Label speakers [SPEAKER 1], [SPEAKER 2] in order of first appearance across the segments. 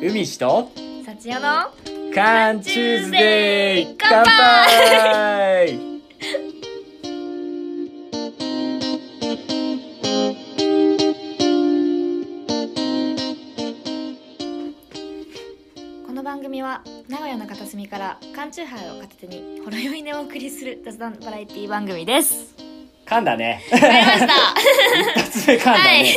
[SPEAKER 1] 海しと
[SPEAKER 2] 幸代の
[SPEAKER 1] カンチューズデー乾杯
[SPEAKER 2] この番組は名古屋の片隅から缶チューハイを片手にほろ酔いでお送りする雑談バラエティ番組です
[SPEAKER 1] 噛んだね
[SPEAKER 2] わかりました
[SPEAKER 1] 二つ目噛んだ
[SPEAKER 2] はい
[SPEAKER 1] ね、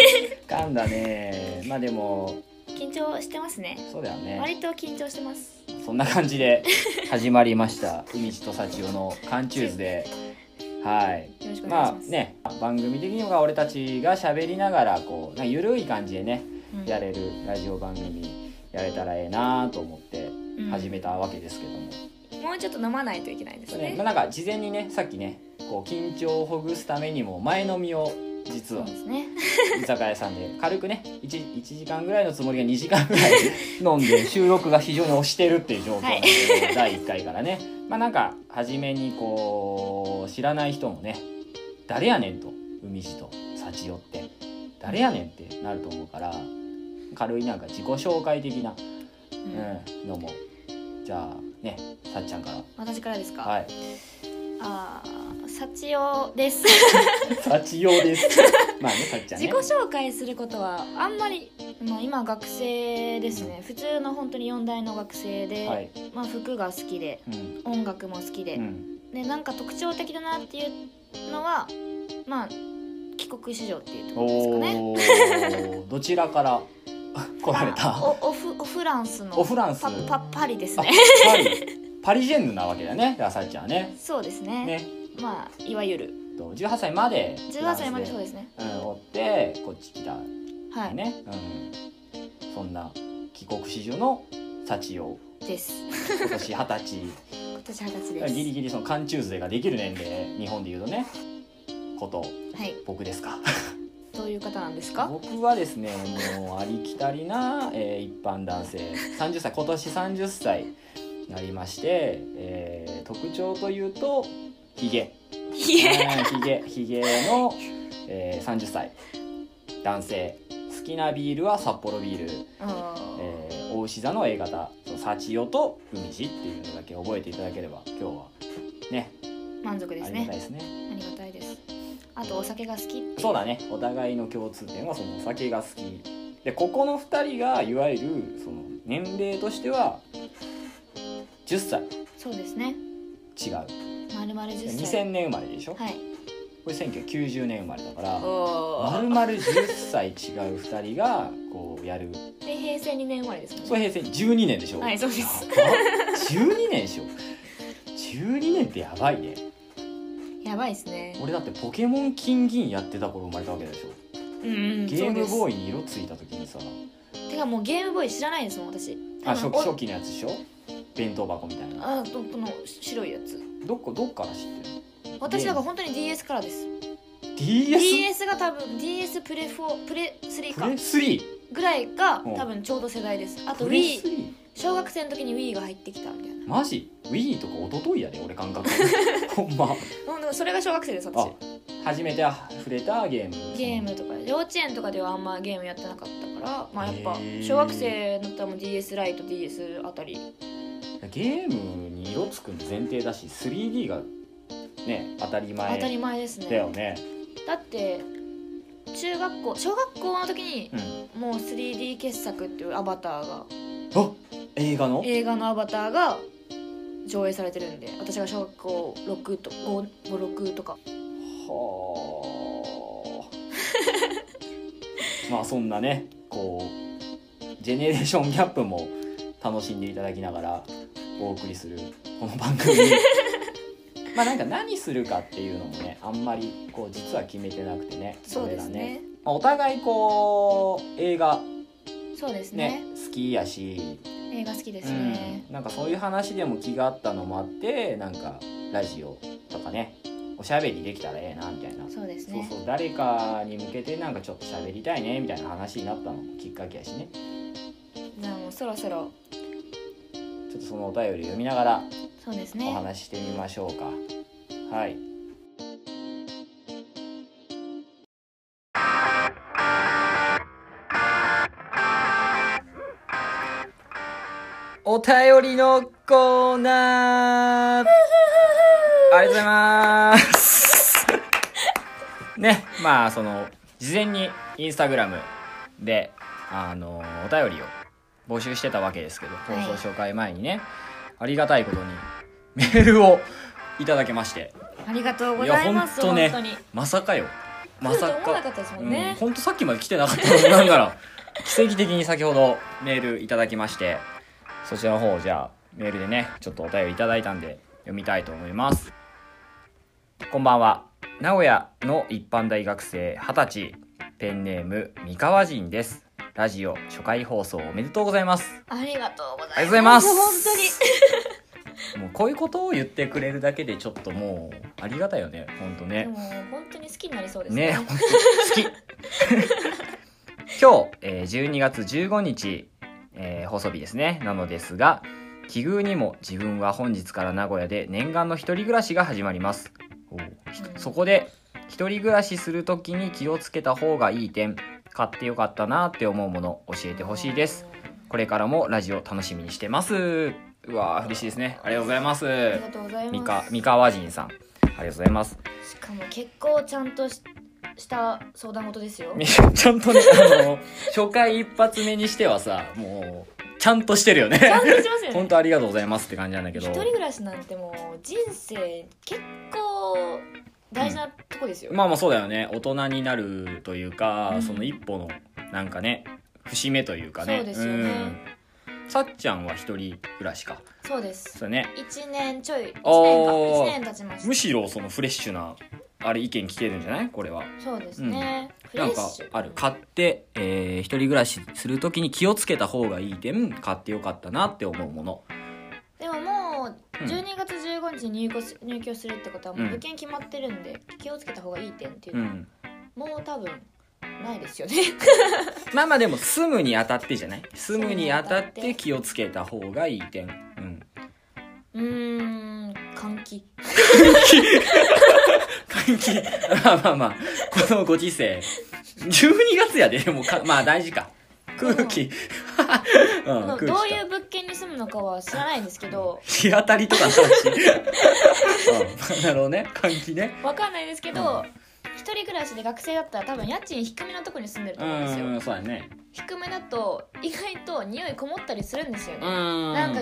[SPEAKER 1] 噛んだねまあでも
[SPEAKER 2] 緊張してますね
[SPEAKER 1] そうだよね
[SPEAKER 2] 割と緊張してます
[SPEAKER 1] そんな感じで始まりました海しと幸男のカンチューズデーはい
[SPEAKER 2] よろしくお願い
[SPEAKER 1] ま
[SPEAKER 2] し
[SPEAKER 1] あ
[SPEAKER 2] ます、
[SPEAKER 1] ね番組的には俺たちが喋りながらこうなんか緩い感じでね
[SPEAKER 2] うん
[SPEAKER 1] やれるラジオ番組やれたらええなと思って
[SPEAKER 2] うん
[SPEAKER 1] 始めたわけですけども、
[SPEAKER 2] もうちょっと飲まないといけないです
[SPEAKER 1] そうね
[SPEAKER 2] ね
[SPEAKER 1] まあ、なんか事前にねさっきねこう緊張をほぐすためにも前飲みを実
[SPEAKER 2] そう
[SPEAKER 1] は
[SPEAKER 2] ですね
[SPEAKER 1] 居酒屋さんで軽くね 1, 1時間ぐらいのつもりが2時間ぐらい飲んで 収録が非常に押してるっていう状況なんで、第1回からねまあなんか初めにこう知らない人もね誰やねんと海地と幸代って誰やねんってなると思うから軽いなんか自己紹介的な、
[SPEAKER 2] うん
[SPEAKER 1] うん、のもじゃあねさっちゃんか
[SPEAKER 2] 私からですから
[SPEAKER 1] はい
[SPEAKER 2] あー幸代です、
[SPEAKER 1] 幸代です。まあね、さっちゃん
[SPEAKER 2] 自己
[SPEAKER 1] ね。
[SPEAKER 2] 紹介することはあんまり、まあ、今学生ですね普通の本当に4大の学生で、
[SPEAKER 1] はい。
[SPEAKER 2] まあ、服が好きで
[SPEAKER 1] うん。
[SPEAKER 2] 音楽も好きで、
[SPEAKER 1] うん。
[SPEAKER 2] でなんか特徴的だなっていうのはまあ帰国子女っていうところですかね
[SPEAKER 1] おおー。どちらから 来られ
[SPEAKER 2] あ
[SPEAKER 1] た？
[SPEAKER 2] おオフオフランスの
[SPEAKER 1] オフランス。
[SPEAKER 2] パパパリです
[SPEAKER 1] あ
[SPEAKER 2] ね
[SPEAKER 1] パリ。パリジェンヌなわけだね。ラサッチャはね。
[SPEAKER 2] そうですね
[SPEAKER 1] ね。
[SPEAKER 2] まあいわゆる
[SPEAKER 1] と18歳まで
[SPEAKER 2] 18歳までそう
[SPEAKER 1] で。
[SPEAKER 2] ですね
[SPEAKER 1] うん。おってこっち来た
[SPEAKER 2] はい、
[SPEAKER 1] ね。うん。そんな帰国子女の 幸を
[SPEAKER 2] です
[SPEAKER 1] 今年二十
[SPEAKER 2] 今年二十歳で
[SPEAKER 1] 歳。
[SPEAKER 2] す
[SPEAKER 1] ギリギリその缶チューズデーができる年齢、日本で言うとね。こと
[SPEAKER 2] はい
[SPEAKER 1] 僕ですか。
[SPEAKER 2] どういう方なんですか
[SPEAKER 1] 僕はですねもうありきたりな、えー一般男性30歳今年30歳になりまして、えー特徴というとひげ
[SPEAKER 2] いえ
[SPEAKER 1] ひげひげの、えー30歳男性好きなビールは札幌ビール、
[SPEAKER 2] うん
[SPEAKER 1] えー、大牛座の A 型その幸代と海地っていうのだけ覚えていただければ今日はね
[SPEAKER 2] 満足で
[SPEAKER 1] あ
[SPEAKER 2] す
[SPEAKER 1] りが
[SPEAKER 2] ね
[SPEAKER 1] たいですね
[SPEAKER 2] ありがたいですあとお酒が好きっていう
[SPEAKER 1] そうだねお互いの共通点はそのお酒が好きでここの2人がいわゆるその年齢としては10歳
[SPEAKER 2] そうですね
[SPEAKER 1] 違う
[SPEAKER 2] まるまる10歳
[SPEAKER 1] 2000年生まれでしょ、
[SPEAKER 2] はい
[SPEAKER 1] これ1990年生まれだから
[SPEAKER 2] お
[SPEAKER 1] まる
[SPEAKER 2] ー
[SPEAKER 1] まる10歳違う2人がこうやる
[SPEAKER 2] で平成2年生まれですもんね
[SPEAKER 1] それ平成12年でしょ
[SPEAKER 2] はいそうです
[SPEAKER 1] やば12年でしょ12年ってやばいね
[SPEAKER 2] やばいですね
[SPEAKER 1] 俺だってポケモン金銀やってた頃生まれたわけでしょ
[SPEAKER 2] うんうん
[SPEAKER 1] ゲーム
[SPEAKER 2] そう
[SPEAKER 1] ボーイに色ついた時にさ
[SPEAKER 2] ですてかもうゲームボーイ知らないですもん私
[SPEAKER 1] あ
[SPEAKER 2] 多
[SPEAKER 1] 初
[SPEAKER 2] 分
[SPEAKER 1] 初期のやつでしょ弁当箱みたいな
[SPEAKER 2] あとこの白いやつ
[SPEAKER 1] どこどっから知ってる
[SPEAKER 2] 私だから本当に DS からです
[SPEAKER 1] DS?
[SPEAKER 2] DS が多分 DS プレ4プレ3
[SPEAKER 1] プ
[SPEAKER 2] か
[SPEAKER 1] レ3
[SPEAKER 2] ぐらいが
[SPEAKER 1] うん
[SPEAKER 2] 多分ちょうど世代ですあと
[SPEAKER 1] プレ
[SPEAKER 2] Wii
[SPEAKER 1] 3
[SPEAKER 2] 小学生の時に Wii が入ってきたみたいな
[SPEAKER 1] マジ Wii とか一昨日やで俺感 覚ほんま
[SPEAKER 2] ほんとそれが小学生です
[SPEAKER 1] あ
[SPEAKER 2] 私
[SPEAKER 1] 初めて触れたゲーム
[SPEAKER 2] ゲームとか幼稚園とかではあんまゲームやってなかったからまあやっぱ
[SPEAKER 1] へー
[SPEAKER 2] 小学生だったらもう DS ライト DS あたり
[SPEAKER 1] ゲームに色つくの前提だし 3D がね当たり
[SPEAKER 2] 当
[SPEAKER 1] 前
[SPEAKER 2] たり前です
[SPEAKER 1] だよ
[SPEAKER 2] ね
[SPEAKER 1] ね
[SPEAKER 2] だって中学校小学校の時に
[SPEAKER 1] うん
[SPEAKER 2] もう 3D 傑作っていうアバターが
[SPEAKER 1] あ映画の
[SPEAKER 2] 映画の「アバター」が上映されてるんで私が小学校6と56とか
[SPEAKER 1] はあ まあそんなねこうジェネレーションギャップも楽しんでいただきながらお送りするこの番 組まあなんか何するかっていうのもねあんまりこう実は決めてなくてね
[SPEAKER 2] そうです
[SPEAKER 1] 俺ら
[SPEAKER 2] ね
[SPEAKER 1] まあお互いこう映画
[SPEAKER 2] そうです
[SPEAKER 1] ね
[SPEAKER 2] ね
[SPEAKER 1] 好きやし、
[SPEAKER 2] 映画好きですね、
[SPEAKER 1] うん、なんかそういう話でも気があったのもあってなんかラジオとかねおしゃべりできたらええなみたいな
[SPEAKER 2] そうです
[SPEAKER 1] そう
[SPEAKER 2] ね
[SPEAKER 1] そう誰かに向けてなんかちょっと喋りたいねみたいな話になったのもきっかけやしね
[SPEAKER 2] じゃあもうそろそろ
[SPEAKER 1] ちょっとそのお便り読みながら
[SPEAKER 2] そうです
[SPEAKER 1] お
[SPEAKER 2] ね
[SPEAKER 1] 話ししてみましょうか、はいお便りのコーナーありがとうございます ねまあその事前にインスタグラムであのお便りを募集してたわけですけど
[SPEAKER 2] い
[SPEAKER 1] 放送紹介前にね、ありがたいことにメールをいただけまして
[SPEAKER 2] ありがとうございます
[SPEAKER 1] いや
[SPEAKER 2] 本
[SPEAKER 1] ほ
[SPEAKER 2] 当,、
[SPEAKER 1] んとね
[SPEAKER 2] に
[SPEAKER 1] まさかよまさ
[SPEAKER 2] 来ると思わなかったですもんね
[SPEAKER 1] うん、ほんとさっきまで来てなかったのになんなら 奇跡的に先ほどメールいただきましてそちらの方をじゃあメールでねちょっとお便りいただいたんで読みたいと思いますこんばんは名古屋の一般大学生二十歳ペンネーム三河人ですラジオ初回放送おめでとうございます
[SPEAKER 2] ありがとうございま
[SPEAKER 1] ありが
[SPEAKER 2] す
[SPEAKER 1] とうございます
[SPEAKER 2] 本
[SPEAKER 1] もうこういうことを言ってくれるだけでちょっともうありがたいよねほんとね
[SPEAKER 2] 当にでも本当に好きになりそうですね
[SPEAKER 1] ね、本当に好き。今日、えー12月15日、えー放送日ですね。なのですが、奇遇にも自分は本日から名古屋で念願の一人暮らしが始まります。おうひ
[SPEAKER 2] うん
[SPEAKER 1] そこで、一人暮らしするときに気をつけた方がいい点、買ってよかったなって思うもの教えてほしいです。これからもラジオ楽しみにしてます。うわー嬉しいですね。ありがとうございます。
[SPEAKER 2] ありがとうござい
[SPEAKER 1] 三
[SPEAKER 2] ま
[SPEAKER 1] 河
[SPEAKER 2] す
[SPEAKER 1] 三河人さん、ありがとうございます。
[SPEAKER 2] しかも結構ちゃんとしした相談事ですよ
[SPEAKER 1] み ちゃんとね、あの、初回一発目にしてはさ、もう、ちゃんとしてるよね。
[SPEAKER 2] ちゃんとしてますよ
[SPEAKER 1] 本
[SPEAKER 2] ね
[SPEAKER 1] 当ありがとうございますって感じなんだけ
[SPEAKER 2] 一
[SPEAKER 1] ど
[SPEAKER 2] 人。暮らしなんてもう人生結構大事なとこですよ、
[SPEAKER 1] まあまあそうだよね。大人になるというか、
[SPEAKER 2] うん
[SPEAKER 1] その一歩の、なんかね、節目というかね。
[SPEAKER 2] そうですよね
[SPEAKER 1] うんさっちゃんは一人暮らしか。
[SPEAKER 2] そうです
[SPEAKER 1] そうね。
[SPEAKER 2] 1年ちょい1年か
[SPEAKER 1] おー
[SPEAKER 2] 1年経ちまし
[SPEAKER 1] むしろそのフレッシュな、あれ意見聞けるんじゃないこれは。
[SPEAKER 2] たそうですね、フレ
[SPEAKER 1] なん
[SPEAKER 2] ッ
[SPEAKER 1] か
[SPEAKER 2] シュ
[SPEAKER 1] ある買って、えー、一人暮らしするときに気をつけた方がいい点買ってよかったなって思うもの
[SPEAKER 2] でももう
[SPEAKER 1] うん
[SPEAKER 2] 12月15日に入居す入居するってことはもう
[SPEAKER 1] うん
[SPEAKER 2] 物件決まってるんで、気をつけた方がいい点っていう
[SPEAKER 1] う
[SPEAKER 2] のは、
[SPEAKER 1] ん
[SPEAKER 2] もう多分ないで すよね
[SPEAKER 1] まあまあでも住むにあたってじゃない住むにあたって気をつけた方がいい点うん
[SPEAKER 2] うーん換気
[SPEAKER 1] 換気まあまあまあこのご時世12月やででもかまあ大事か空気うん
[SPEAKER 2] あの
[SPEAKER 1] 空気
[SPEAKER 2] どう
[SPEAKER 1] か
[SPEAKER 2] いう物件に住むのかは知らないんですけど
[SPEAKER 1] 日当たりとかの 話うんなるほどね換気ね
[SPEAKER 2] わかんないですけ
[SPEAKER 1] う
[SPEAKER 2] ど、一人暮らしで学生だったら多分家賃低めのとこに住んでる
[SPEAKER 1] う
[SPEAKER 2] と思うんですよ、
[SPEAKER 1] んそうだね
[SPEAKER 2] 低めだと意外と匂いこもったりするんですよ
[SPEAKER 1] う
[SPEAKER 2] ね、
[SPEAKER 1] ん
[SPEAKER 2] なんか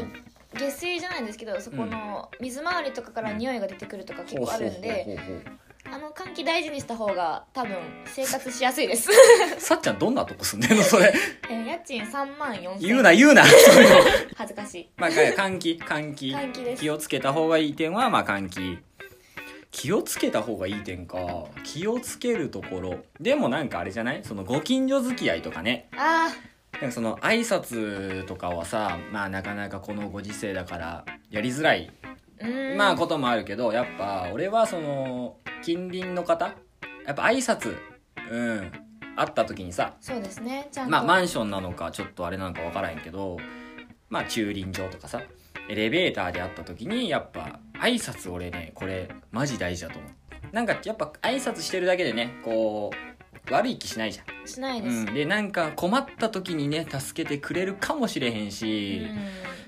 [SPEAKER 2] 下水じゃないんですけどそこの水回りとかから匂いが出てくるとか結構あるんで
[SPEAKER 1] ほうほうほうほ
[SPEAKER 2] あの換気大事にした方が多分生活しやす いです
[SPEAKER 1] うさっちゃんどんなとこ住んでんのそれ
[SPEAKER 2] えー家賃3万4000円
[SPEAKER 1] 言うな言うなそういうの
[SPEAKER 2] 恥ずかしい
[SPEAKER 1] まあ、換気、換気。
[SPEAKER 2] 換気です
[SPEAKER 1] 気をつけた方がいい点は、まあ、換気。気をつけた方がいい点か。気をつけるところ。でもなんかあれじゃないそのご近所付き合いとかね。
[SPEAKER 2] あ
[SPEAKER 1] なんかその挨拶とかはさ、まあなかなかこのご時世だからやりづらい、
[SPEAKER 2] ーうーん
[SPEAKER 1] まあこともあるけど、やっぱ俺はその近隣の方、やっぱ挨拶、うん、会った時にさ、
[SPEAKER 2] そうですねちゃんと、
[SPEAKER 1] まあ、マンションなのかちょっとあれなのかわからへんけど、まあ、駐輪場とかさエレベーターで会った時にやっぱ挨拶俺ねこれマジ大事だと思うなんかやっぱ挨拶してるだけでねこう悪い気しないじゃ
[SPEAKER 2] しない
[SPEAKER 1] ん、
[SPEAKER 2] で
[SPEAKER 1] う
[SPEAKER 2] す、
[SPEAKER 1] ん、でなんか困った時にね助けてくれるかもしれへんし、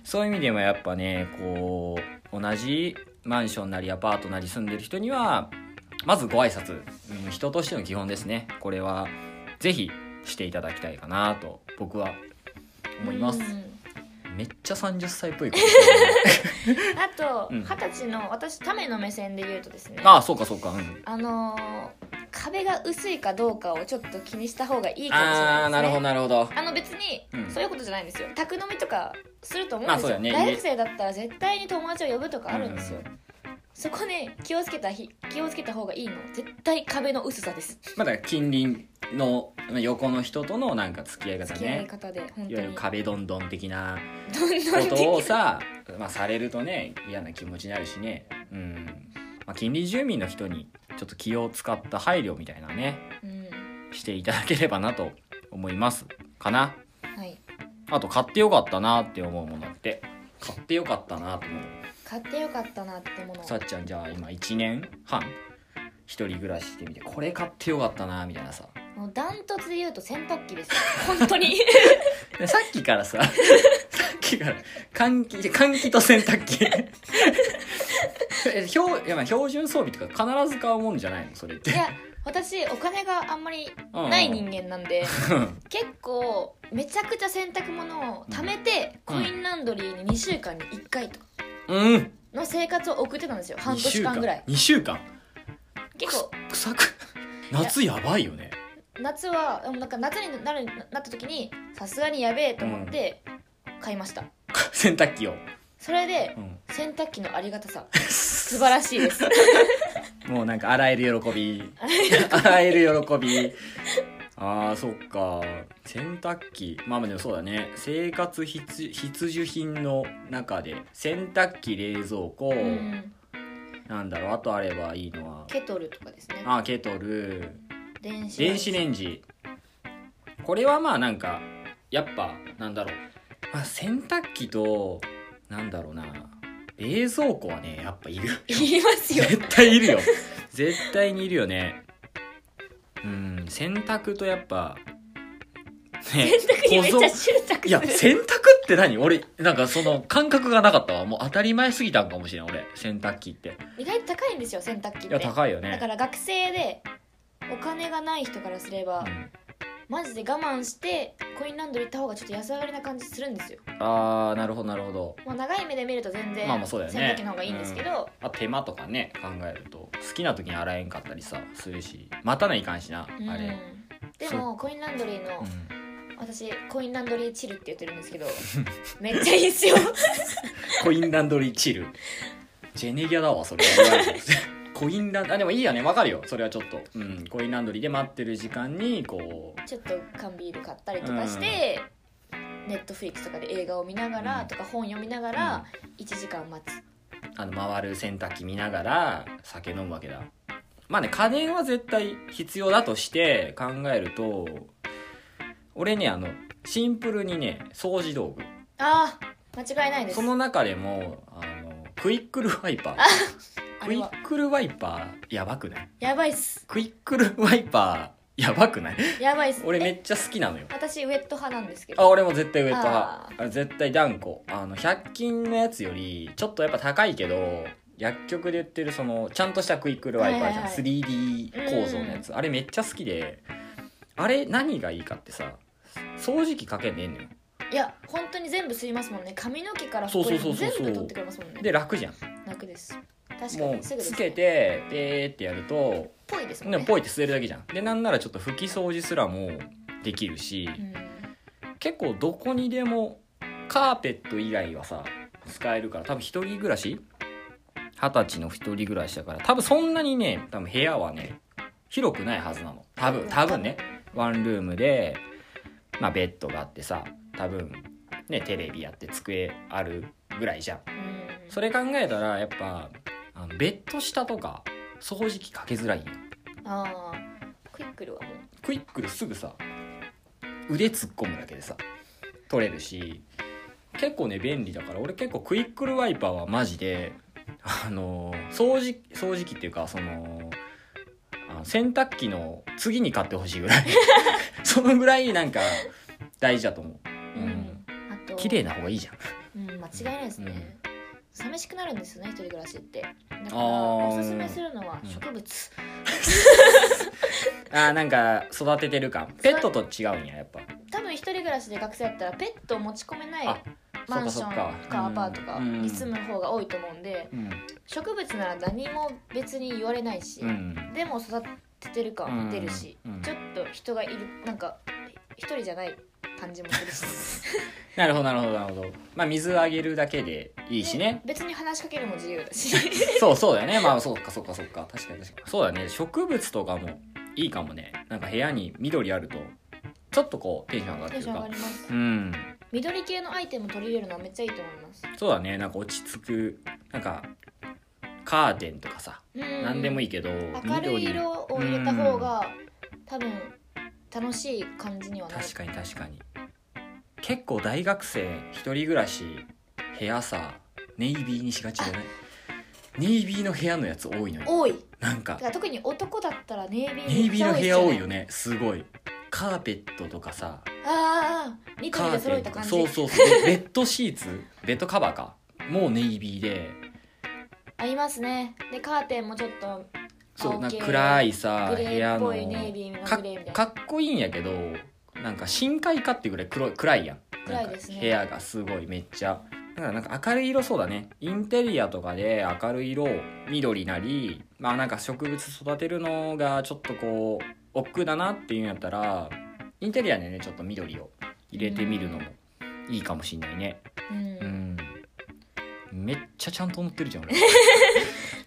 [SPEAKER 2] う
[SPEAKER 1] そういう意味ではやっぱねこう同じマンションなりアパートなり住んでる人にはまずご挨拶、うん、人としての基本ですねこれはぜひしていただきたいかなと僕は
[SPEAKER 2] ん
[SPEAKER 1] 思います
[SPEAKER 2] うん
[SPEAKER 1] めっちゃ30歳っぽいこと言ってる
[SPEAKER 2] あと
[SPEAKER 1] うん
[SPEAKER 2] 二十、歳の私ための目線で言うとですね
[SPEAKER 1] ああそうかそうかうん
[SPEAKER 2] あのー壁が薄いかどうかをちょっと気にした方がいいかもしれない
[SPEAKER 1] あ
[SPEAKER 2] で
[SPEAKER 1] あ
[SPEAKER 2] すね
[SPEAKER 1] なるほどなるほど
[SPEAKER 2] あの別に
[SPEAKER 1] うん
[SPEAKER 2] そういうことじゃないんですよ、宅飲みとかすると思うん
[SPEAKER 1] まあ
[SPEAKER 2] ですよ,、
[SPEAKER 1] そうだね
[SPEAKER 2] 大学生だったら絶対に友達を呼ぶとかあるんですよ、
[SPEAKER 1] うん
[SPEAKER 2] そこね気をつけた日気をつけた方がいいの絶対壁の薄さです
[SPEAKER 1] まだ近隣の横の人とのなんか付き合い方
[SPEAKER 2] 付き合い
[SPEAKER 1] ね
[SPEAKER 2] 方で本当に
[SPEAKER 1] いわゆる壁どんどん的な
[SPEAKER 2] どんどんで
[SPEAKER 1] ことを
[SPEAKER 2] き
[SPEAKER 1] さ、まあ、されるとね嫌な気持ちになるしね、うんまあ、近隣住民の人にちょっと気を使った配慮みたいなね
[SPEAKER 2] うん
[SPEAKER 1] していただければなと思いますかな
[SPEAKER 2] はい
[SPEAKER 1] あと買ってよかったなって思うものって買ってよかったなと思う
[SPEAKER 2] 買ってよかったなってもの
[SPEAKER 1] さっちゃんじゃあ今1年半一人暮らししてみてこれ買ってよかったなみたいなさ
[SPEAKER 2] もうダントツで言うと洗濯機ですよ本当に
[SPEAKER 1] でさっきからささ器が換気換気と洗濯機え標いやまあ標準装備とか必ず買うもんじゃないのそれって
[SPEAKER 2] いや私お金があんまり
[SPEAKER 1] うんうん
[SPEAKER 2] ない人間なん で
[SPEAKER 1] うん
[SPEAKER 2] 結構めちゃくちゃ洗濯物を貯めて
[SPEAKER 1] うん
[SPEAKER 2] コインランドリーに2週間に1回とか
[SPEAKER 1] うん
[SPEAKER 2] の生活を送ってたんですよ半年間ぐらい
[SPEAKER 1] 2週間
[SPEAKER 2] 結構
[SPEAKER 1] く臭く夏やばいよね
[SPEAKER 2] 夏はでもなんか夏になるなった時にさすがにやべえと思って買いました、
[SPEAKER 1] 洗濯機を、
[SPEAKER 2] それで
[SPEAKER 1] うん、
[SPEAKER 2] 洗濯機のありがたさ素晴らしいです
[SPEAKER 1] もうなんか洗える喜び洗える喜びあーそっか洗濯機まあまあでもそうだね生活必必需品の中で洗濯機冷蔵庫、
[SPEAKER 2] うん
[SPEAKER 1] なんだろうあとあればいいのは
[SPEAKER 2] ケトルとかですね
[SPEAKER 1] あーケトル
[SPEAKER 2] 電子
[SPEAKER 1] 電子レンジこれはまあなんかやっぱなんだろう、まあ、洗濯機となんだろうな冷蔵庫はねやっぱいる
[SPEAKER 2] いりますよ
[SPEAKER 1] 絶対いるよ絶対にいるよねうん洗濯とやっぱね
[SPEAKER 2] 洗濯にめっちゃ執
[SPEAKER 1] い
[SPEAKER 2] 着
[SPEAKER 1] や
[SPEAKER 2] する
[SPEAKER 1] 洗濯って何俺なんかその感覚がなかったわもう当たり前すぎたんかもしれん俺洗濯機って
[SPEAKER 2] 意外と高いんですよ洗濯機
[SPEAKER 1] い
[SPEAKER 2] っ
[SPEAKER 1] や
[SPEAKER 2] て
[SPEAKER 1] 高いよ
[SPEAKER 2] だ
[SPEAKER 1] ね
[SPEAKER 2] から学生でお金がない人からすれば、
[SPEAKER 1] うん
[SPEAKER 2] マジで我慢してコインランドリー行った方がちょっと安上がりな感じするんですよ
[SPEAKER 1] あーなるほどなるほど
[SPEAKER 2] まあ長い目で見ると全然
[SPEAKER 1] まあまあそうだよね
[SPEAKER 2] 洗濯機の方がいいんですけど、
[SPEAKER 1] あ手間とかね考えると好きな時に洗えんかったりさするし待たないかんしな、
[SPEAKER 2] うん
[SPEAKER 1] あれ、
[SPEAKER 2] で
[SPEAKER 1] そ
[SPEAKER 2] もコインランドリー の、
[SPEAKER 1] うん
[SPEAKER 2] 私コインランドリーチルって言ってるんです けどめっちゃいいですよ
[SPEAKER 1] コインランドリーチルジェネギャだわそれ 言われてコインランあでもいいよねわかるよそれはちょっと、うん、コインランドリーで待ってる時間にこ
[SPEAKER 2] ちょっと缶ビール買ったりとかして、ネットフリックスとかで映画を見ながら、
[SPEAKER 1] うん
[SPEAKER 2] とか本読みながら1時間待つ
[SPEAKER 1] うあの回る洗濯機見ながら酒飲むわけだまあね家電は絶対必要だとして考えると俺ねあのシンプルにね掃除道具
[SPEAKER 2] ああ間違いないです
[SPEAKER 1] その中でもあのクイックルワイパー
[SPEAKER 2] あ
[SPEAKER 1] クイ
[SPEAKER 2] れは
[SPEAKER 1] ックルワイパーやばくない
[SPEAKER 2] やばいっす
[SPEAKER 1] クイックルワイパーやばくない
[SPEAKER 2] やばいっす
[SPEAKER 1] 俺め
[SPEAKER 2] え
[SPEAKER 1] っちゃ好きなのよ
[SPEAKER 2] 私ウェット派なんですけ
[SPEAKER 1] あ
[SPEAKER 2] ど
[SPEAKER 1] 俺も絶対ウエット派
[SPEAKER 2] あ
[SPEAKER 1] あ絶対断固あの100均のやつよりちょっとやっぱ高いけど薬局で売ってるそのちゃんとしたクイックルワイパーじゃん、
[SPEAKER 2] はいはい
[SPEAKER 1] 3D 構造のやつあれめっちゃ好きであれ何がいいかってさ掃除機かけんねえんのよ
[SPEAKER 2] いや本当に全部吸いますもんね髪の毛から
[SPEAKER 1] そうそう
[SPEAKER 2] 埃
[SPEAKER 1] そうそう
[SPEAKER 2] 全
[SPEAKER 1] そう
[SPEAKER 2] 部取ってくれますもんね
[SPEAKER 1] で楽じゃん
[SPEAKER 2] 楽です確か
[SPEAKER 1] もう
[SPEAKER 2] にすぐです
[SPEAKER 1] つ
[SPEAKER 2] ね
[SPEAKER 1] けてペーってやると
[SPEAKER 2] ぽいですもん
[SPEAKER 1] で
[SPEAKER 2] ね
[SPEAKER 1] もポイって吸えるだけじゃんでなんならちょっと拭き掃除すらもできるし、
[SPEAKER 2] うん
[SPEAKER 1] 結構どこにでもカーペット以外はさ使えるから多分一人暮らし二十歳の一人暮らしだから多分そんなにね多分部屋はね広くないはずなの多分多分ねワンルームで、まあ、ベッドがあってさ多分ねテレビやって机あるぐらいじゃん
[SPEAKER 2] うん
[SPEAKER 1] それ考えたらやっぱあのベッド下とか掃除機かけづらいんよ
[SPEAKER 2] ああクイックルはもう
[SPEAKER 1] クイックルすぐさ腕突っ込むだけでさ取れるし結構ね便利だから俺結構クイックルワイパーはマジであの掃除掃除機っていうかそのあの洗濯機の次に買ってほしいぐらい そのぐらいなんか大事だと思う、う、
[SPEAKER 2] うんあと
[SPEAKER 1] 綺麗な方がいいじゃん
[SPEAKER 2] うん間違いないですね、寂しくなるんですよね一人暮らしってだから
[SPEAKER 1] ー
[SPEAKER 2] おすすめするのは
[SPEAKER 1] うん
[SPEAKER 2] 植物、
[SPEAKER 1] あーなんか育ててる感ペットと違うんややっぱ
[SPEAKER 2] 多分一人暮らしで学生だったらペットを持ち込めない
[SPEAKER 1] あ
[SPEAKER 2] マンショ
[SPEAKER 1] そっ
[SPEAKER 2] ン
[SPEAKER 1] かそ
[SPEAKER 2] と
[SPEAKER 1] っかうん
[SPEAKER 2] かアパートとかに住む方が多いと思うんで
[SPEAKER 1] うん
[SPEAKER 2] 植物なら何も別に言われないし、
[SPEAKER 1] うん
[SPEAKER 2] でも育ててる感は出るし、
[SPEAKER 1] うんうん
[SPEAKER 2] ちょっと人がいるなんか一人じゃない感じもするし
[SPEAKER 1] なるほどなるほどなるほどまあ水あげるだけでいいしね
[SPEAKER 2] で別に話しかけるも自由だし
[SPEAKER 1] そうそうだよねまあそうかそうかそうか確かに確かにそうだね植物とかもいいかもねなんか部屋に緑あるとちょっとこうテンション上がって
[SPEAKER 2] テン
[SPEAKER 1] ると
[SPEAKER 2] ション上
[SPEAKER 1] か
[SPEAKER 2] がります
[SPEAKER 1] うん
[SPEAKER 2] 緑系のアイテム取り入れるのはめっちゃいいと思います
[SPEAKER 1] そうだねなんか落ち着くなんかカーテンとかさ、
[SPEAKER 2] うん
[SPEAKER 1] 何でもいいけど
[SPEAKER 2] 明るい色を入れた方が多分楽しい感じにはなる
[SPEAKER 1] 確かに確かに結構大学生一人暮らし部屋さネイビーにしがちじゃないネイビーの部屋のやつ多いのよ
[SPEAKER 2] 多いだ
[SPEAKER 1] なんか
[SPEAKER 2] から特に男だったらネイビー
[SPEAKER 1] ネイビーの部屋多いよ
[SPEAKER 2] ね
[SPEAKER 1] ねすごいカーペットとかさ
[SPEAKER 2] あああニトリで揃えた感じ
[SPEAKER 1] そうそう そうベベッドシーツベッドカバーかもうネイビーで
[SPEAKER 2] ありますねでカーテンもちょっと
[SPEAKER 1] そうなん
[SPEAKER 2] OK
[SPEAKER 1] か暗いさ
[SPEAKER 2] グ
[SPEAKER 1] 部
[SPEAKER 2] レー
[SPEAKER 1] 屋
[SPEAKER 2] っ
[SPEAKER 1] の
[SPEAKER 2] ぽいネイビーの
[SPEAKER 1] か
[SPEAKER 2] グレーみたいな
[SPEAKER 1] かっこいいんやけどなんか深海かっていうぐらい黒い暗いやん
[SPEAKER 2] 暗
[SPEAKER 1] な
[SPEAKER 2] い
[SPEAKER 1] んか
[SPEAKER 2] ですね
[SPEAKER 1] 部屋がすごいめっちゃだからなんか明るい色そうだねインテリアとかで明るい色緑なりまあなんか植物育てるのがちょっとこう億劫だなっていうんやったらインテリアでねちょっと緑を入れてみるのもいいかもしんないね
[SPEAKER 2] うん
[SPEAKER 1] うんめっちゃちゃんと乗ってるじゃん俺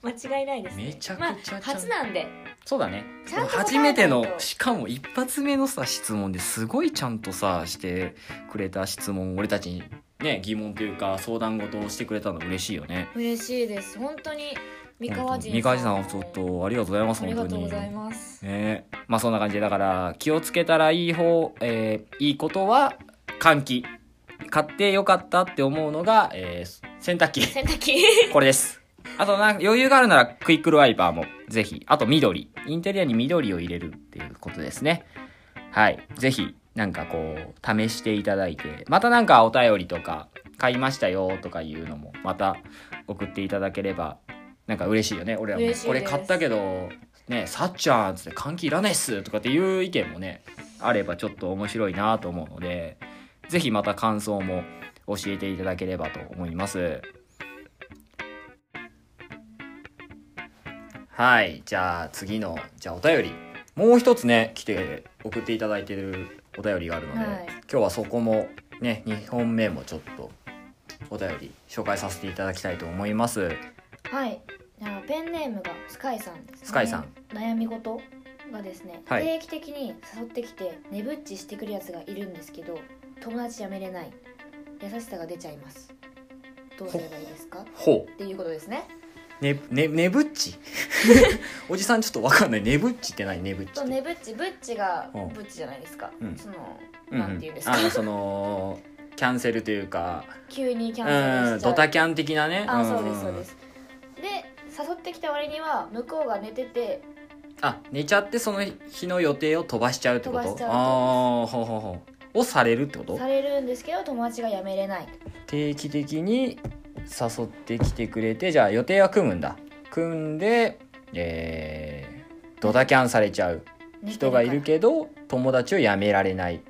[SPEAKER 2] 間違いないですね
[SPEAKER 1] めちゃく
[SPEAKER 2] まあ
[SPEAKER 1] ちゃちゃんと
[SPEAKER 2] 初なんで
[SPEAKER 1] そうだね
[SPEAKER 2] ちゃんと答えないと
[SPEAKER 1] 初めてのしかも一発目のさ質問ですごいちゃんとさしてくれた質問俺たちにね疑問というか相談事をしてくれたの嬉しいよね
[SPEAKER 2] 嬉しいです本当に三河人
[SPEAKER 1] 三河さんちょっとありがとうございます
[SPEAKER 2] あり
[SPEAKER 1] 本当
[SPEAKER 2] が
[SPEAKER 1] に
[SPEAKER 2] とうございます
[SPEAKER 1] ねまあそんな感じでだから気をつけたらいい方、えーいいことは換気買ってよかったって思うのが、えー洗濯機
[SPEAKER 2] 洗 濯機
[SPEAKER 1] これです。あとなんか余裕があるならクイックルワイパーもぜひ。あと緑。インテリアに緑を入れるっていうことですね。はい。ぜひ、なんかこう、試していただいて、またなんかお便りとか、買いましたよとかいうのも、また送っていただければ、なんか嬉しいよね。俺らも
[SPEAKER 2] 嬉しいです
[SPEAKER 1] これ買ったけど、ね、さっちゃんっつって換気いらないっすとかっていう意見もね、あればちょっと面白いなと思うので、ぜひまた感想も教えていただければと思います。はい、じゃあ次のじゃあお便りもう一つね来て送っていただいてるお便りがあるので、
[SPEAKER 2] はい
[SPEAKER 1] 今日はそこもね2本目もちょっとお便り紹介させていただきたいと思います。
[SPEAKER 2] はいじゃあペンネームがスカイさんです、ね、
[SPEAKER 1] スカイさん
[SPEAKER 2] 悩み事がですね、
[SPEAKER 1] はい
[SPEAKER 2] 定期的に誘ってきて寝ぶっちしてくるやつがいるんですけど友達やめれない優しさが出ちゃいますどうすればいいですかっ
[SPEAKER 1] ほ
[SPEAKER 2] ていうことですね
[SPEAKER 1] うねねねぶっち おじさんちょっとわかんないねぶっちって何ねぶっち
[SPEAKER 2] と
[SPEAKER 1] って。
[SPEAKER 2] ねぶっちぶっちが
[SPEAKER 1] うん
[SPEAKER 2] ぶっちじゃないですか、
[SPEAKER 1] うん
[SPEAKER 2] その
[SPEAKER 1] うんう
[SPEAKER 2] なんて言うん
[SPEAKER 1] ん
[SPEAKER 2] ですか
[SPEAKER 1] あのそのキャンセルというか
[SPEAKER 2] 急にキャン
[SPEAKER 1] う
[SPEAKER 2] セル
[SPEAKER 1] ん
[SPEAKER 2] しちゃう
[SPEAKER 1] ドタキャン的なね。
[SPEAKER 2] あ
[SPEAKER 1] ん
[SPEAKER 2] そうですそうですで誘ってきた割には向こうが寝てて
[SPEAKER 1] あ寝ちゃってその日の予定を飛ばしちゃうってこと
[SPEAKER 2] 飛ばしちゃう
[SPEAKER 1] あ
[SPEAKER 2] と
[SPEAKER 1] あほうほうほうをされるってこと
[SPEAKER 2] されるんですけど友達がやめれない
[SPEAKER 1] 定期的に誘ってきてくれてじゃあ予定は組むんだ組んでえー、ドタキャンされちゃう
[SPEAKER 2] 寝て
[SPEAKER 1] 人がいるけど友達をやめられない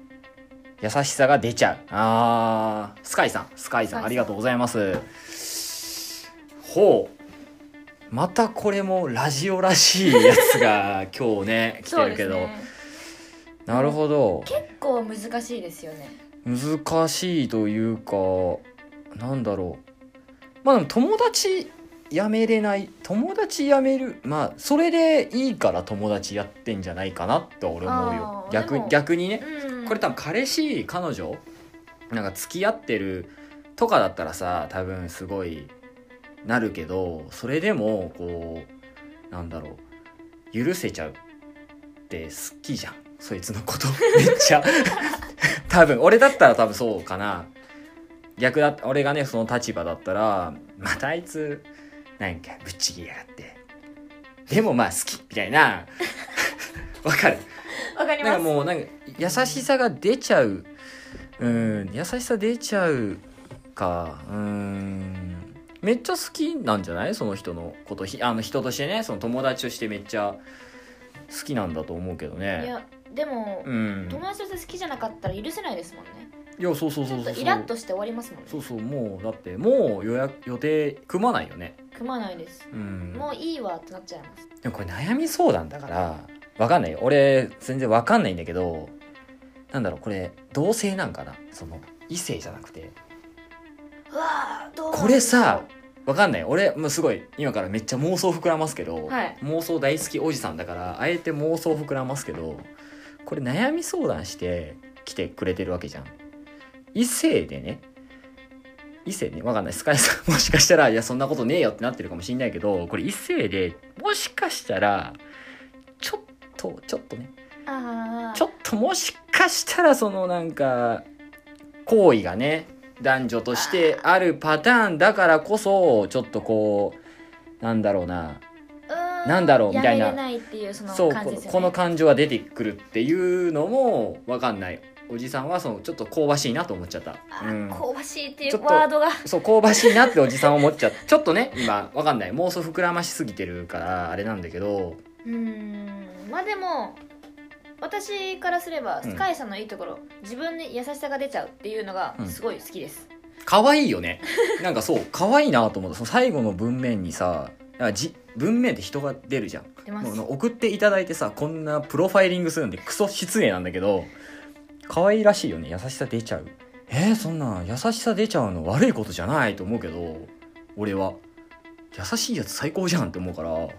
[SPEAKER 1] 優しさが出ちゃうあースカイさんスカイさ
[SPEAKER 2] スカイ
[SPEAKER 1] ん
[SPEAKER 2] さん
[SPEAKER 1] ありがとうございますほうまたこれもラジオらしいやつが今日ね来
[SPEAKER 2] そ
[SPEAKER 1] て
[SPEAKER 2] う
[SPEAKER 1] る
[SPEAKER 2] で
[SPEAKER 1] け
[SPEAKER 2] す
[SPEAKER 1] ど、
[SPEAKER 2] ね
[SPEAKER 1] なるほど
[SPEAKER 2] 結構難しいですよね
[SPEAKER 1] 難しいというかなんだろうまあでも友達やめれない友達やめるまあそれでいいから友達やってんじゃないかなと俺思う
[SPEAKER 2] あ
[SPEAKER 1] よ
[SPEAKER 2] ーで
[SPEAKER 1] 逆
[SPEAKER 2] も
[SPEAKER 1] 逆にね
[SPEAKER 2] うん
[SPEAKER 1] これ多分彼氏彼女なんか付き合ってるとかだったらさ多分すごいなるけどそれでもこうなんだろう許せちゃうって好きじゃんそいつのことめっちゃ多分俺だったら多分そうかな逆だ俺がねその立場だったらまたあいつなんかぶっちぎりやがってでもまあ好きみたいなわかる
[SPEAKER 2] わかり
[SPEAKER 1] なんか
[SPEAKER 2] ます
[SPEAKER 1] もうなんか優しさが出ちゃううん優しさ出ちゃうかうんめっちゃ好きなんじゃないその人のことひあの人としてねその友達としてめっちゃ好きなんだと思うけど
[SPEAKER 2] い
[SPEAKER 1] ね
[SPEAKER 2] やでも、
[SPEAKER 1] うん
[SPEAKER 2] 友達として好きじゃなかったら許せないですもんね
[SPEAKER 1] いやそうそう
[SPEAKER 2] ち
[SPEAKER 1] そ
[SPEAKER 2] ょ
[SPEAKER 1] う
[SPEAKER 2] っ
[SPEAKER 1] そ
[SPEAKER 2] と
[SPEAKER 1] う
[SPEAKER 2] イラッとして終わりますもんね
[SPEAKER 1] そうそうもうだってもう予約予定組まないよね
[SPEAKER 2] 組まないです
[SPEAKER 1] うん
[SPEAKER 2] もういいわってなっちゃいます
[SPEAKER 1] でもこれ悩み相談だからわかんないよ俺全然わかんないんだけどなんだろうこれ同性なんかなその異性じゃなくて
[SPEAKER 2] うわーどうなん
[SPEAKER 1] これさわかんない俺もうすごい今からめっちゃ妄想膨らますけど、
[SPEAKER 2] はい
[SPEAKER 1] 妄想大好きおじさんだからあえて妄想膨らますけどこれ悩み相談して来てくれてるわけじゃん異性でね異性ねわかんないスカイさん もしかしたらいやそんなことねえよってなってるかもしんないけどこれ異性でもしかしたらちょっとちょっとね
[SPEAKER 2] あ
[SPEAKER 1] ちょ
[SPEAKER 2] っ
[SPEAKER 1] っともしかしたらそのなんか行為がね男女としてあるパターンだからこそちょっとこうなんだろうな
[SPEAKER 2] とな
[SPEAKER 1] なんだろうみたいな
[SPEAKER 2] やめれないっていうその
[SPEAKER 1] そう
[SPEAKER 2] 感
[SPEAKER 1] こ
[SPEAKER 2] じで
[SPEAKER 1] の
[SPEAKER 2] すよね
[SPEAKER 1] この感情が出てくるっていうのもわかんないおじさんはそのちょっと香ばしいなと思っちゃった
[SPEAKER 2] あ、
[SPEAKER 1] うん、
[SPEAKER 2] 香ばしいってい
[SPEAKER 1] ちょ
[SPEAKER 2] う
[SPEAKER 1] っと
[SPEAKER 2] ワードが
[SPEAKER 1] そう香ばしいなっておじさん思っちゃった ちょっとね今わかんない妄想膨らましすぎてるからあれなんだけど
[SPEAKER 2] うーんまあでも私からすれば
[SPEAKER 1] うん
[SPEAKER 2] スカイさんのいいところ、自分に優しさが出ちゃうっていうのが
[SPEAKER 1] うん
[SPEAKER 2] すごい好きです、
[SPEAKER 1] 可愛いよねなんかそう可愛いなと思ったその最後の文面にさだからじ文面って人が出るじゃん
[SPEAKER 2] 出ます
[SPEAKER 1] もう送っていただいてさこんなプロファイリングするんでクソ失礼なんだけど可愛いらしいよね優しさ出ちゃうえー、そんな優しさ出ちゃうの悪いことじゃないと思うけど俺は優しいやつ最高じゃんって思うから、
[SPEAKER 2] 本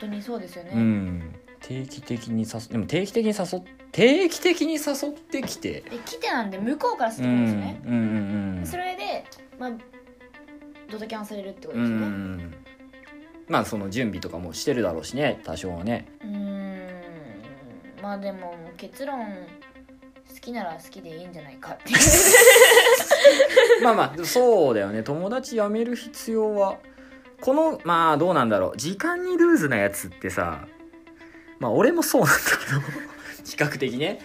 [SPEAKER 2] 当にそうですよね、
[SPEAKER 1] うん定期的に誘でも定期的に誘っ定期的に誘ってきて
[SPEAKER 2] で来てなんで向こうからす
[SPEAKER 1] う
[SPEAKER 2] る
[SPEAKER 1] ん
[SPEAKER 2] んですよね、
[SPEAKER 1] うんうんうん
[SPEAKER 2] それでまあドタキャンされるってこと
[SPEAKER 1] う
[SPEAKER 2] ですよね
[SPEAKER 1] んまあその準備とかもしてるだろうしね多少はね
[SPEAKER 2] うーんまあでも結論好きなら好きでいいんじゃないか っていう
[SPEAKER 1] まあまあそうだよね友達辞める必要はこのまあどうなんだろう時間にルーズなやつってさまあ俺もそうなんだけど 比較的ね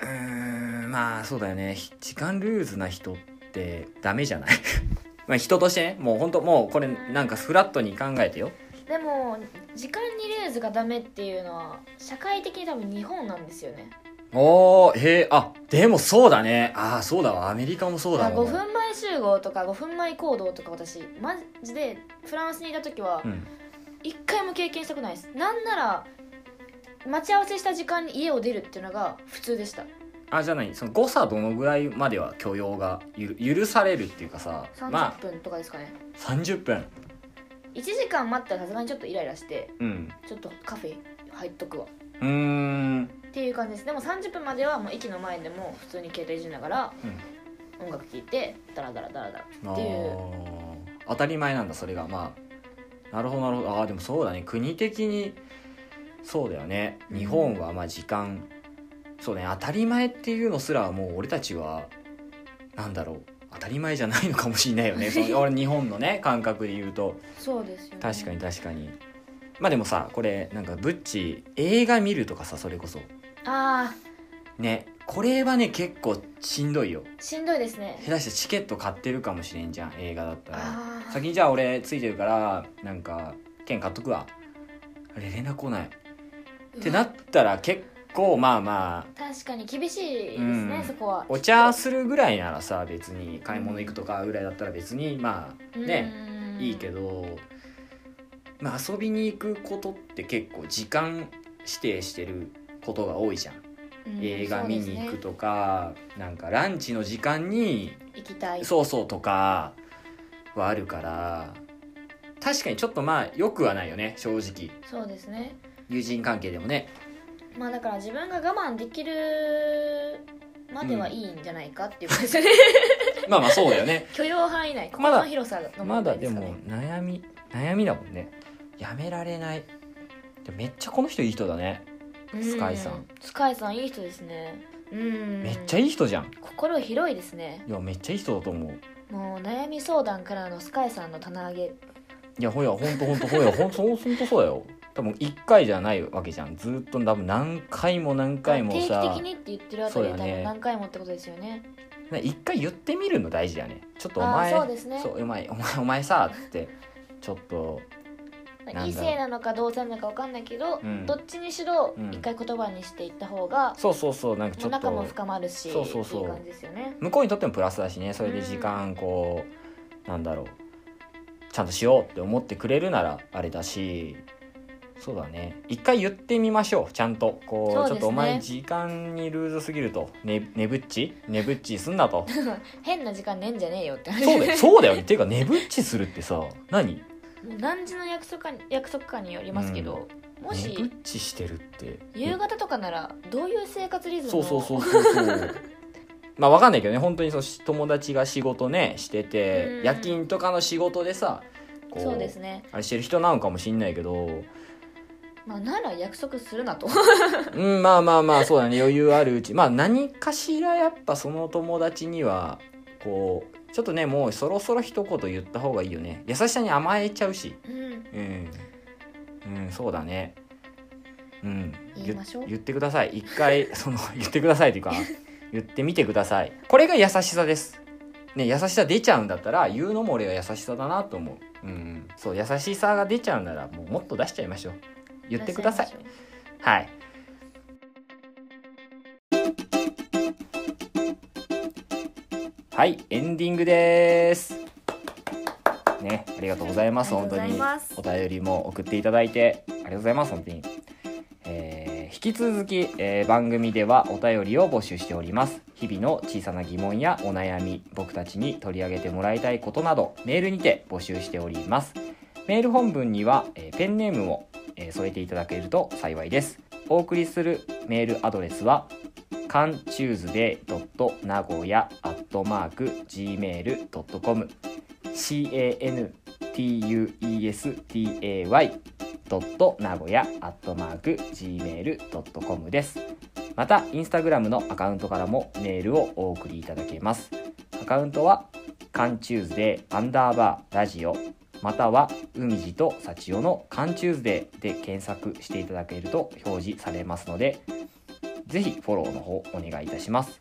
[SPEAKER 1] うーんまあそうだよねひ時間ルーズな人ってダメじゃない まあ人としてねもう本当もうこれなんかフラットに考えてよ
[SPEAKER 2] うんでも時間にレーズがダメっていうのは社会的に多分日本なんですよね
[SPEAKER 1] おーへえあでもそうだねああそうだわアメリカもそうだ
[SPEAKER 2] だから
[SPEAKER 1] わ
[SPEAKER 2] 5分前集合とか5分前行動とか私マジでフランスにいた時は
[SPEAKER 1] うん
[SPEAKER 2] 一回も経験したくないですなんなら待ち合わせした時間に家を出るっていうのが普通でした
[SPEAKER 1] あじゃないその誤差どのぐらいまでは許容がゆる許されるっていうかさま
[SPEAKER 2] 30分とかですかね、
[SPEAKER 1] あ30分
[SPEAKER 2] 1時間待ったらさすがにちょっとイライラして
[SPEAKER 1] うん
[SPEAKER 2] ちょっとカフェ入っとくわ
[SPEAKER 1] うーん
[SPEAKER 2] っていう感じですでも30分まではもう駅の前でも普通に携帯いじりながら
[SPEAKER 1] うん
[SPEAKER 2] 音楽聴いてダラダラダラダラ
[SPEAKER 1] あ
[SPEAKER 2] っていう
[SPEAKER 1] ー当たり前なんだそれがまあなるほどなるほどあーでもそうだね国的にそうだよね
[SPEAKER 2] うん
[SPEAKER 1] 日本はまあ時間そうね当たり前っていうのすらもう俺たちはなんだろう当たり前じゃないのかもしれないよ ねその俺日本のね感覚で言うと
[SPEAKER 2] そうですよ、ね、
[SPEAKER 1] 確かに確かにまあでもさこれなんかブッチ映画見るとかさそれこそ
[SPEAKER 2] あ
[SPEAKER 1] ねこれはね結構しんどいよ
[SPEAKER 2] あしんどいですね
[SPEAKER 1] 下手したらチケット買ってるかもしれんじゃん映画だったら
[SPEAKER 2] ああ
[SPEAKER 1] 先にじゃあ俺ついてるからなんか券買っとくわあれ連絡来ないってなったら結構まあまあ
[SPEAKER 2] 確かに厳しいですね、
[SPEAKER 1] うん
[SPEAKER 2] そこは
[SPEAKER 1] お茶するぐらいならさ別に買い物行くとかぐらいだったら別にまあね、いいけ
[SPEAKER 2] ど
[SPEAKER 1] ど、まあ、遊びに行くことって結構時間指定してることが多いじゃん、映画見に行くとか、なんかランチの時間に
[SPEAKER 2] 行きたい
[SPEAKER 1] そうそうとかはあるから確かにちょっとまあよくはないよね正直
[SPEAKER 2] そうですね
[SPEAKER 1] 友人関係でもね
[SPEAKER 2] まあだから自分が我慢できるまではいいんじゃないかっていうことですね、
[SPEAKER 1] まあまあそうだよ ね
[SPEAKER 2] 許容範囲内心
[SPEAKER 1] まだ
[SPEAKER 2] の広さの問題すかね、
[SPEAKER 1] まだでも悩み悩みだもんねやめられないでもめっちゃこの人いい人だね
[SPEAKER 2] うん
[SPEAKER 1] スカイさん
[SPEAKER 2] スカイさんいい人ですねうん
[SPEAKER 1] めっちゃいい人じゃん
[SPEAKER 2] 心広いですね
[SPEAKER 1] いやめっちゃいい人だと思う
[SPEAKER 2] もう悩み相談からのスカイさんの棚上げ
[SPEAKER 1] いやほやほんとほんとほやほん とほんとそうだよ多分1回じゃないわけじゃんずっと多分何回も何回も
[SPEAKER 2] 定期
[SPEAKER 1] さ
[SPEAKER 2] 的にって言ってるあたりで
[SPEAKER 1] そう
[SPEAKER 2] 多
[SPEAKER 1] だね
[SPEAKER 2] 分何回もってことですよね
[SPEAKER 1] 1回言ってみるの大事だよねちょっとお
[SPEAKER 2] ああ
[SPEAKER 1] 前
[SPEAKER 2] そうですね
[SPEAKER 1] そうお前お前お前さっつってちょっとなんだろう
[SPEAKER 2] 異性なのか同性なのか分かんないけど、
[SPEAKER 1] うん
[SPEAKER 2] どっちにしろ
[SPEAKER 1] うん
[SPEAKER 2] 一回言葉にしていった方が、
[SPEAKER 1] そうそうそうなんかちょっ
[SPEAKER 2] 仲も
[SPEAKER 1] と
[SPEAKER 2] 深まるし
[SPEAKER 1] そうそうそう
[SPEAKER 2] っていう感じですよね
[SPEAKER 1] 向こうにとってもプラスだしねそれで時間こうなんだろうちゃんとしようって思ってくれるならあれだしそうだね一回言ってみましょうちゃんとこ
[SPEAKER 2] そう
[SPEAKER 1] うち
[SPEAKER 2] ですね
[SPEAKER 1] ょっとお前時間にルーズすぎるとねねぶっちねぶっちすんな と
[SPEAKER 2] 変な時間ねえんじゃねえよって話
[SPEAKER 1] そうだ よそうだよっていうかねぶっちするってさ何ね
[SPEAKER 2] もう何時の約束かに約束かによりますけど、もし
[SPEAKER 1] ぶっちしてるって
[SPEAKER 2] 夕方とかならどういう生活リズム
[SPEAKER 1] そ
[SPEAKER 2] を
[SPEAKER 1] うそうそうそうそうまあわかんないけどね本当にそうし友達が仕事ねしてて
[SPEAKER 2] うん
[SPEAKER 1] 夜勤とかの仕事でさこ
[SPEAKER 2] そうですね
[SPEAKER 1] あれしてる人なのかもしんないけど
[SPEAKER 2] まあなら約束するなと
[SPEAKER 1] うんまあまあまあそうだね余裕あるうちまあ何かしらやっぱその友達にはこうちょっとねもうそろそろ一言言った方がいいよね 優しさに甘えちゃうし
[SPEAKER 2] うん
[SPEAKER 1] うん、うん、そうだねうん、
[SPEAKER 2] 言いましょう
[SPEAKER 1] 言言ってください一回 その言ってくださいというか言ってみてくださいこれが優しさですね優しさ出ちゃうんだったら言うのも俺は優しさだなと思ううんそう優しさが出ちゃうならもうもっと出しちゃいましょう言ってください
[SPEAKER 2] 出しちゃましょう
[SPEAKER 1] はいはいエンディングですねありがとうございます
[SPEAKER 2] あ
[SPEAKER 1] 本
[SPEAKER 2] りが
[SPEAKER 1] 当
[SPEAKER 2] とうござい
[SPEAKER 1] に
[SPEAKER 2] ます
[SPEAKER 1] お便りも送っていただいてありがとうございます本当に、えー引き続き、えー番組ではお便りを募集しております日々の小さな疑問やお悩み僕たちに取り上げてもらいたいことなどメールにて募集しておりますメール本文には、えーペンネームを、えー添えていただけると幸いですお送りするメールアドレスは cantuesday.nagoya.gmail.com cantuesday.nagoya.gmail.com ですまたインスタグラムのアカウントからもメールをお送りいただけますアカウントは cantuesday アンダーバーラジオまたは海地と幸男の cantuesday で検索していただけると表示されますのでぜひフォローの方お願いいたします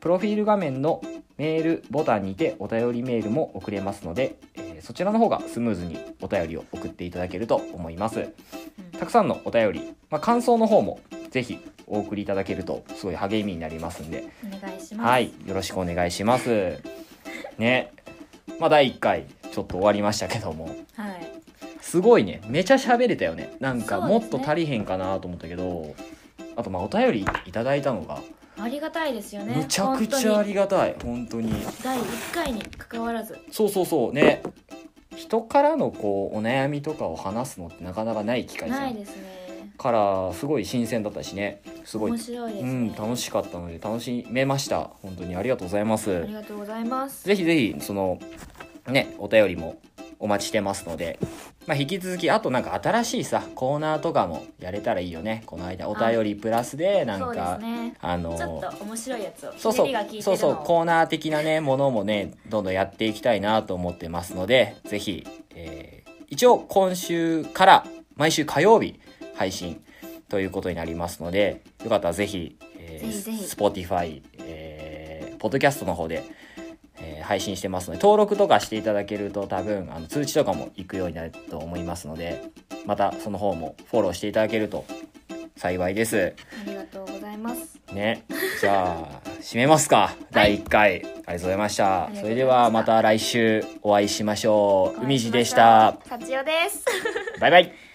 [SPEAKER 1] プロフィール画面のメールボタンにてお便りメールも送れますので、えーそちらの方がスムーズにお便りを送っていただけると思います
[SPEAKER 2] うん
[SPEAKER 1] たくさんのお便り、まあ、感想の方もぜひお送りいただけるとすごい励みになりますんで、
[SPEAKER 2] お願いします
[SPEAKER 1] はいよろしくお願いしますねまあ第1回ちょっと終わりましたけども
[SPEAKER 2] はい
[SPEAKER 1] すごいねめちゃ喋れたよねなんか
[SPEAKER 2] そう
[SPEAKER 1] も
[SPEAKER 2] です
[SPEAKER 1] っ
[SPEAKER 2] ね
[SPEAKER 1] と足りへんかなと思ったけど、あとまあお便りいただいたのが
[SPEAKER 2] ありがたいですよね
[SPEAKER 1] むちゃくちゃあ
[SPEAKER 2] 本当に
[SPEAKER 1] りがたい本当に
[SPEAKER 2] 第1回に関わらず
[SPEAKER 1] そうそうそうね人からのこうお悩みとかを話すのってなかなかない機会じゃ
[SPEAKER 2] ない
[SPEAKER 1] ん
[SPEAKER 2] ですね
[SPEAKER 1] からすごい新鮮だったしねすごい
[SPEAKER 2] 面白いです
[SPEAKER 1] う
[SPEAKER 2] ね、
[SPEAKER 1] ん楽しかったので楽しめました本当にありがとうございま
[SPEAKER 2] あ
[SPEAKER 1] す
[SPEAKER 2] りがとうございます
[SPEAKER 1] ぜひぜひそのねお便りもお待ちしてますので、まあ、引き続きあとなんか新しいさコーナーとかもやれたらいいよねこの間お便りプラスでなん
[SPEAKER 2] そうで
[SPEAKER 1] か
[SPEAKER 2] すね
[SPEAKER 1] あの
[SPEAKER 2] ちょっと面白いやつを
[SPEAKER 1] そうそ
[SPEAKER 2] ひねりが効いて
[SPEAKER 1] う
[SPEAKER 2] る
[SPEAKER 1] そうそう
[SPEAKER 2] のを
[SPEAKER 1] コーナー的なねものもねどんどんやっていきたいなと思ってますのでぜひ、えー一応今週から毎週火曜日配信ということになりますのでよかったらぜひ、え
[SPEAKER 2] ぜひぜひ
[SPEAKER 1] Spotify、えーポッドキャストの方で、えー配信してますので登録とかしていただけると多分あの通知とかも行くようになると思いますのでまたその方もフォローしていただけると幸いです。
[SPEAKER 2] ありがとうございます
[SPEAKER 1] ね、じゃあ締めますか第1回、ありがとうございました
[SPEAKER 2] りがとうございました
[SPEAKER 1] それではまた来週お会いしましょう
[SPEAKER 2] お会
[SPEAKER 1] 海
[SPEAKER 2] いし
[SPEAKER 1] 地
[SPEAKER 2] ま
[SPEAKER 1] で
[SPEAKER 2] し
[SPEAKER 1] し
[SPEAKER 2] ょ
[SPEAKER 1] た
[SPEAKER 2] う幸代です
[SPEAKER 1] バイバイ